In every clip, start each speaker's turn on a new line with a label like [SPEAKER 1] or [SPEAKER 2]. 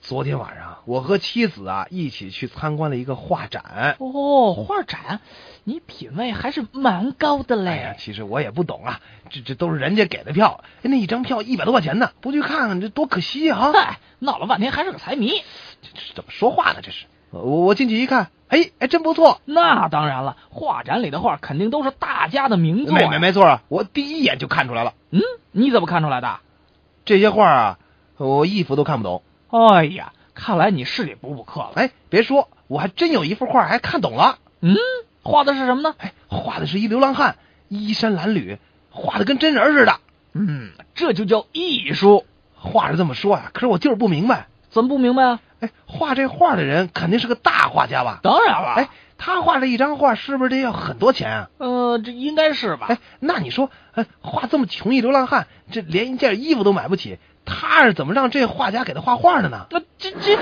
[SPEAKER 1] 昨天晚上，我和妻子啊一起去参观了一个画展。
[SPEAKER 2] 哦，画展，你品味还是蛮高的
[SPEAKER 1] 哎呀
[SPEAKER 2] 嘞，。
[SPEAKER 1] 其实我也不懂啊，这这都是人家给的票，哎那一张票一百多块钱呢，不去看看这多可惜啊！
[SPEAKER 2] 嗨，哎闹了半天还是个财迷。
[SPEAKER 1] 这这怎么说话呢？这是我我进去一看，哎哎，真不错，
[SPEAKER 2] 那当然了，画展里的画肯定都是大家的名作呀。
[SPEAKER 1] 没没没错啊，我第一眼就看出来了，
[SPEAKER 2] 嗯，你怎么看出来的？
[SPEAKER 1] 这些画啊，我一幅都看不懂。
[SPEAKER 2] 哎呀，看来你是得补补课了。
[SPEAKER 1] 哎，别说，我还真有一幅画还看懂了，
[SPEAKER 2] 嗯，画的是什么呢？
[SPEAKER 1] 哎，画的是一流浪汉，衣衫褴褛，画的跟真人似的。
[SPEAKER 2] 嗯，这就叫艺术。
[SPEAKER 1] 话是这么说啊呀、可是我就是不明白，
[SPEAKER 2] 怎么不明白啊？
[SPEAKER 1] 哎，画这画的人肯定是个大画家吧？
[SPEAKER 2] 当然了，
[SPEAKER 1] 哎，，他画这一张画是不是得要很多钱啊？
[SPEAKER 2] 呃，这应该是吧？
[SPEAKER 1] 哎，那你说，哎，画这么穷一流浪汉，这连一件衣服都买不起，他是怎么让这画家给他画画的呢？
[SPEAKER 2] 那这这，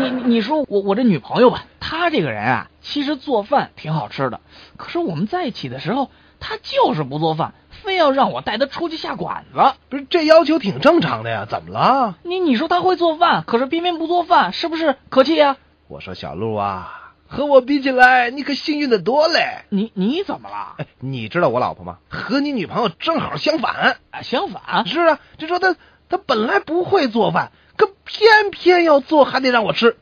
[SPEAKER 2] 你你你说我我这女朋友吧，她这个人啊，其实做饭挺好吃的，可是我们在一起的时候，她就是不做饭，非要让我带她出去下馆子。
[SPEAKER 1] 不是，这要求挺正常的呀，怎么了？
[SPEAKER 2] 你你说她会做饭，可是偏偏不做饭，是不是可气呀、
[SPEAKER 1] 我说小鹿啊，和我比起来，你可幸运的多嘞。
[SPEAKER 2] 你你怎么了？
[SPEAKER 1] 哎，你知道我老婆吗？和你女朋友正好相反。
[SPEAKER 2] 啊相反，
[SPEAKER 1] 是啊，就说她她本来不会做饭，可偏偏要做，还得让我吃。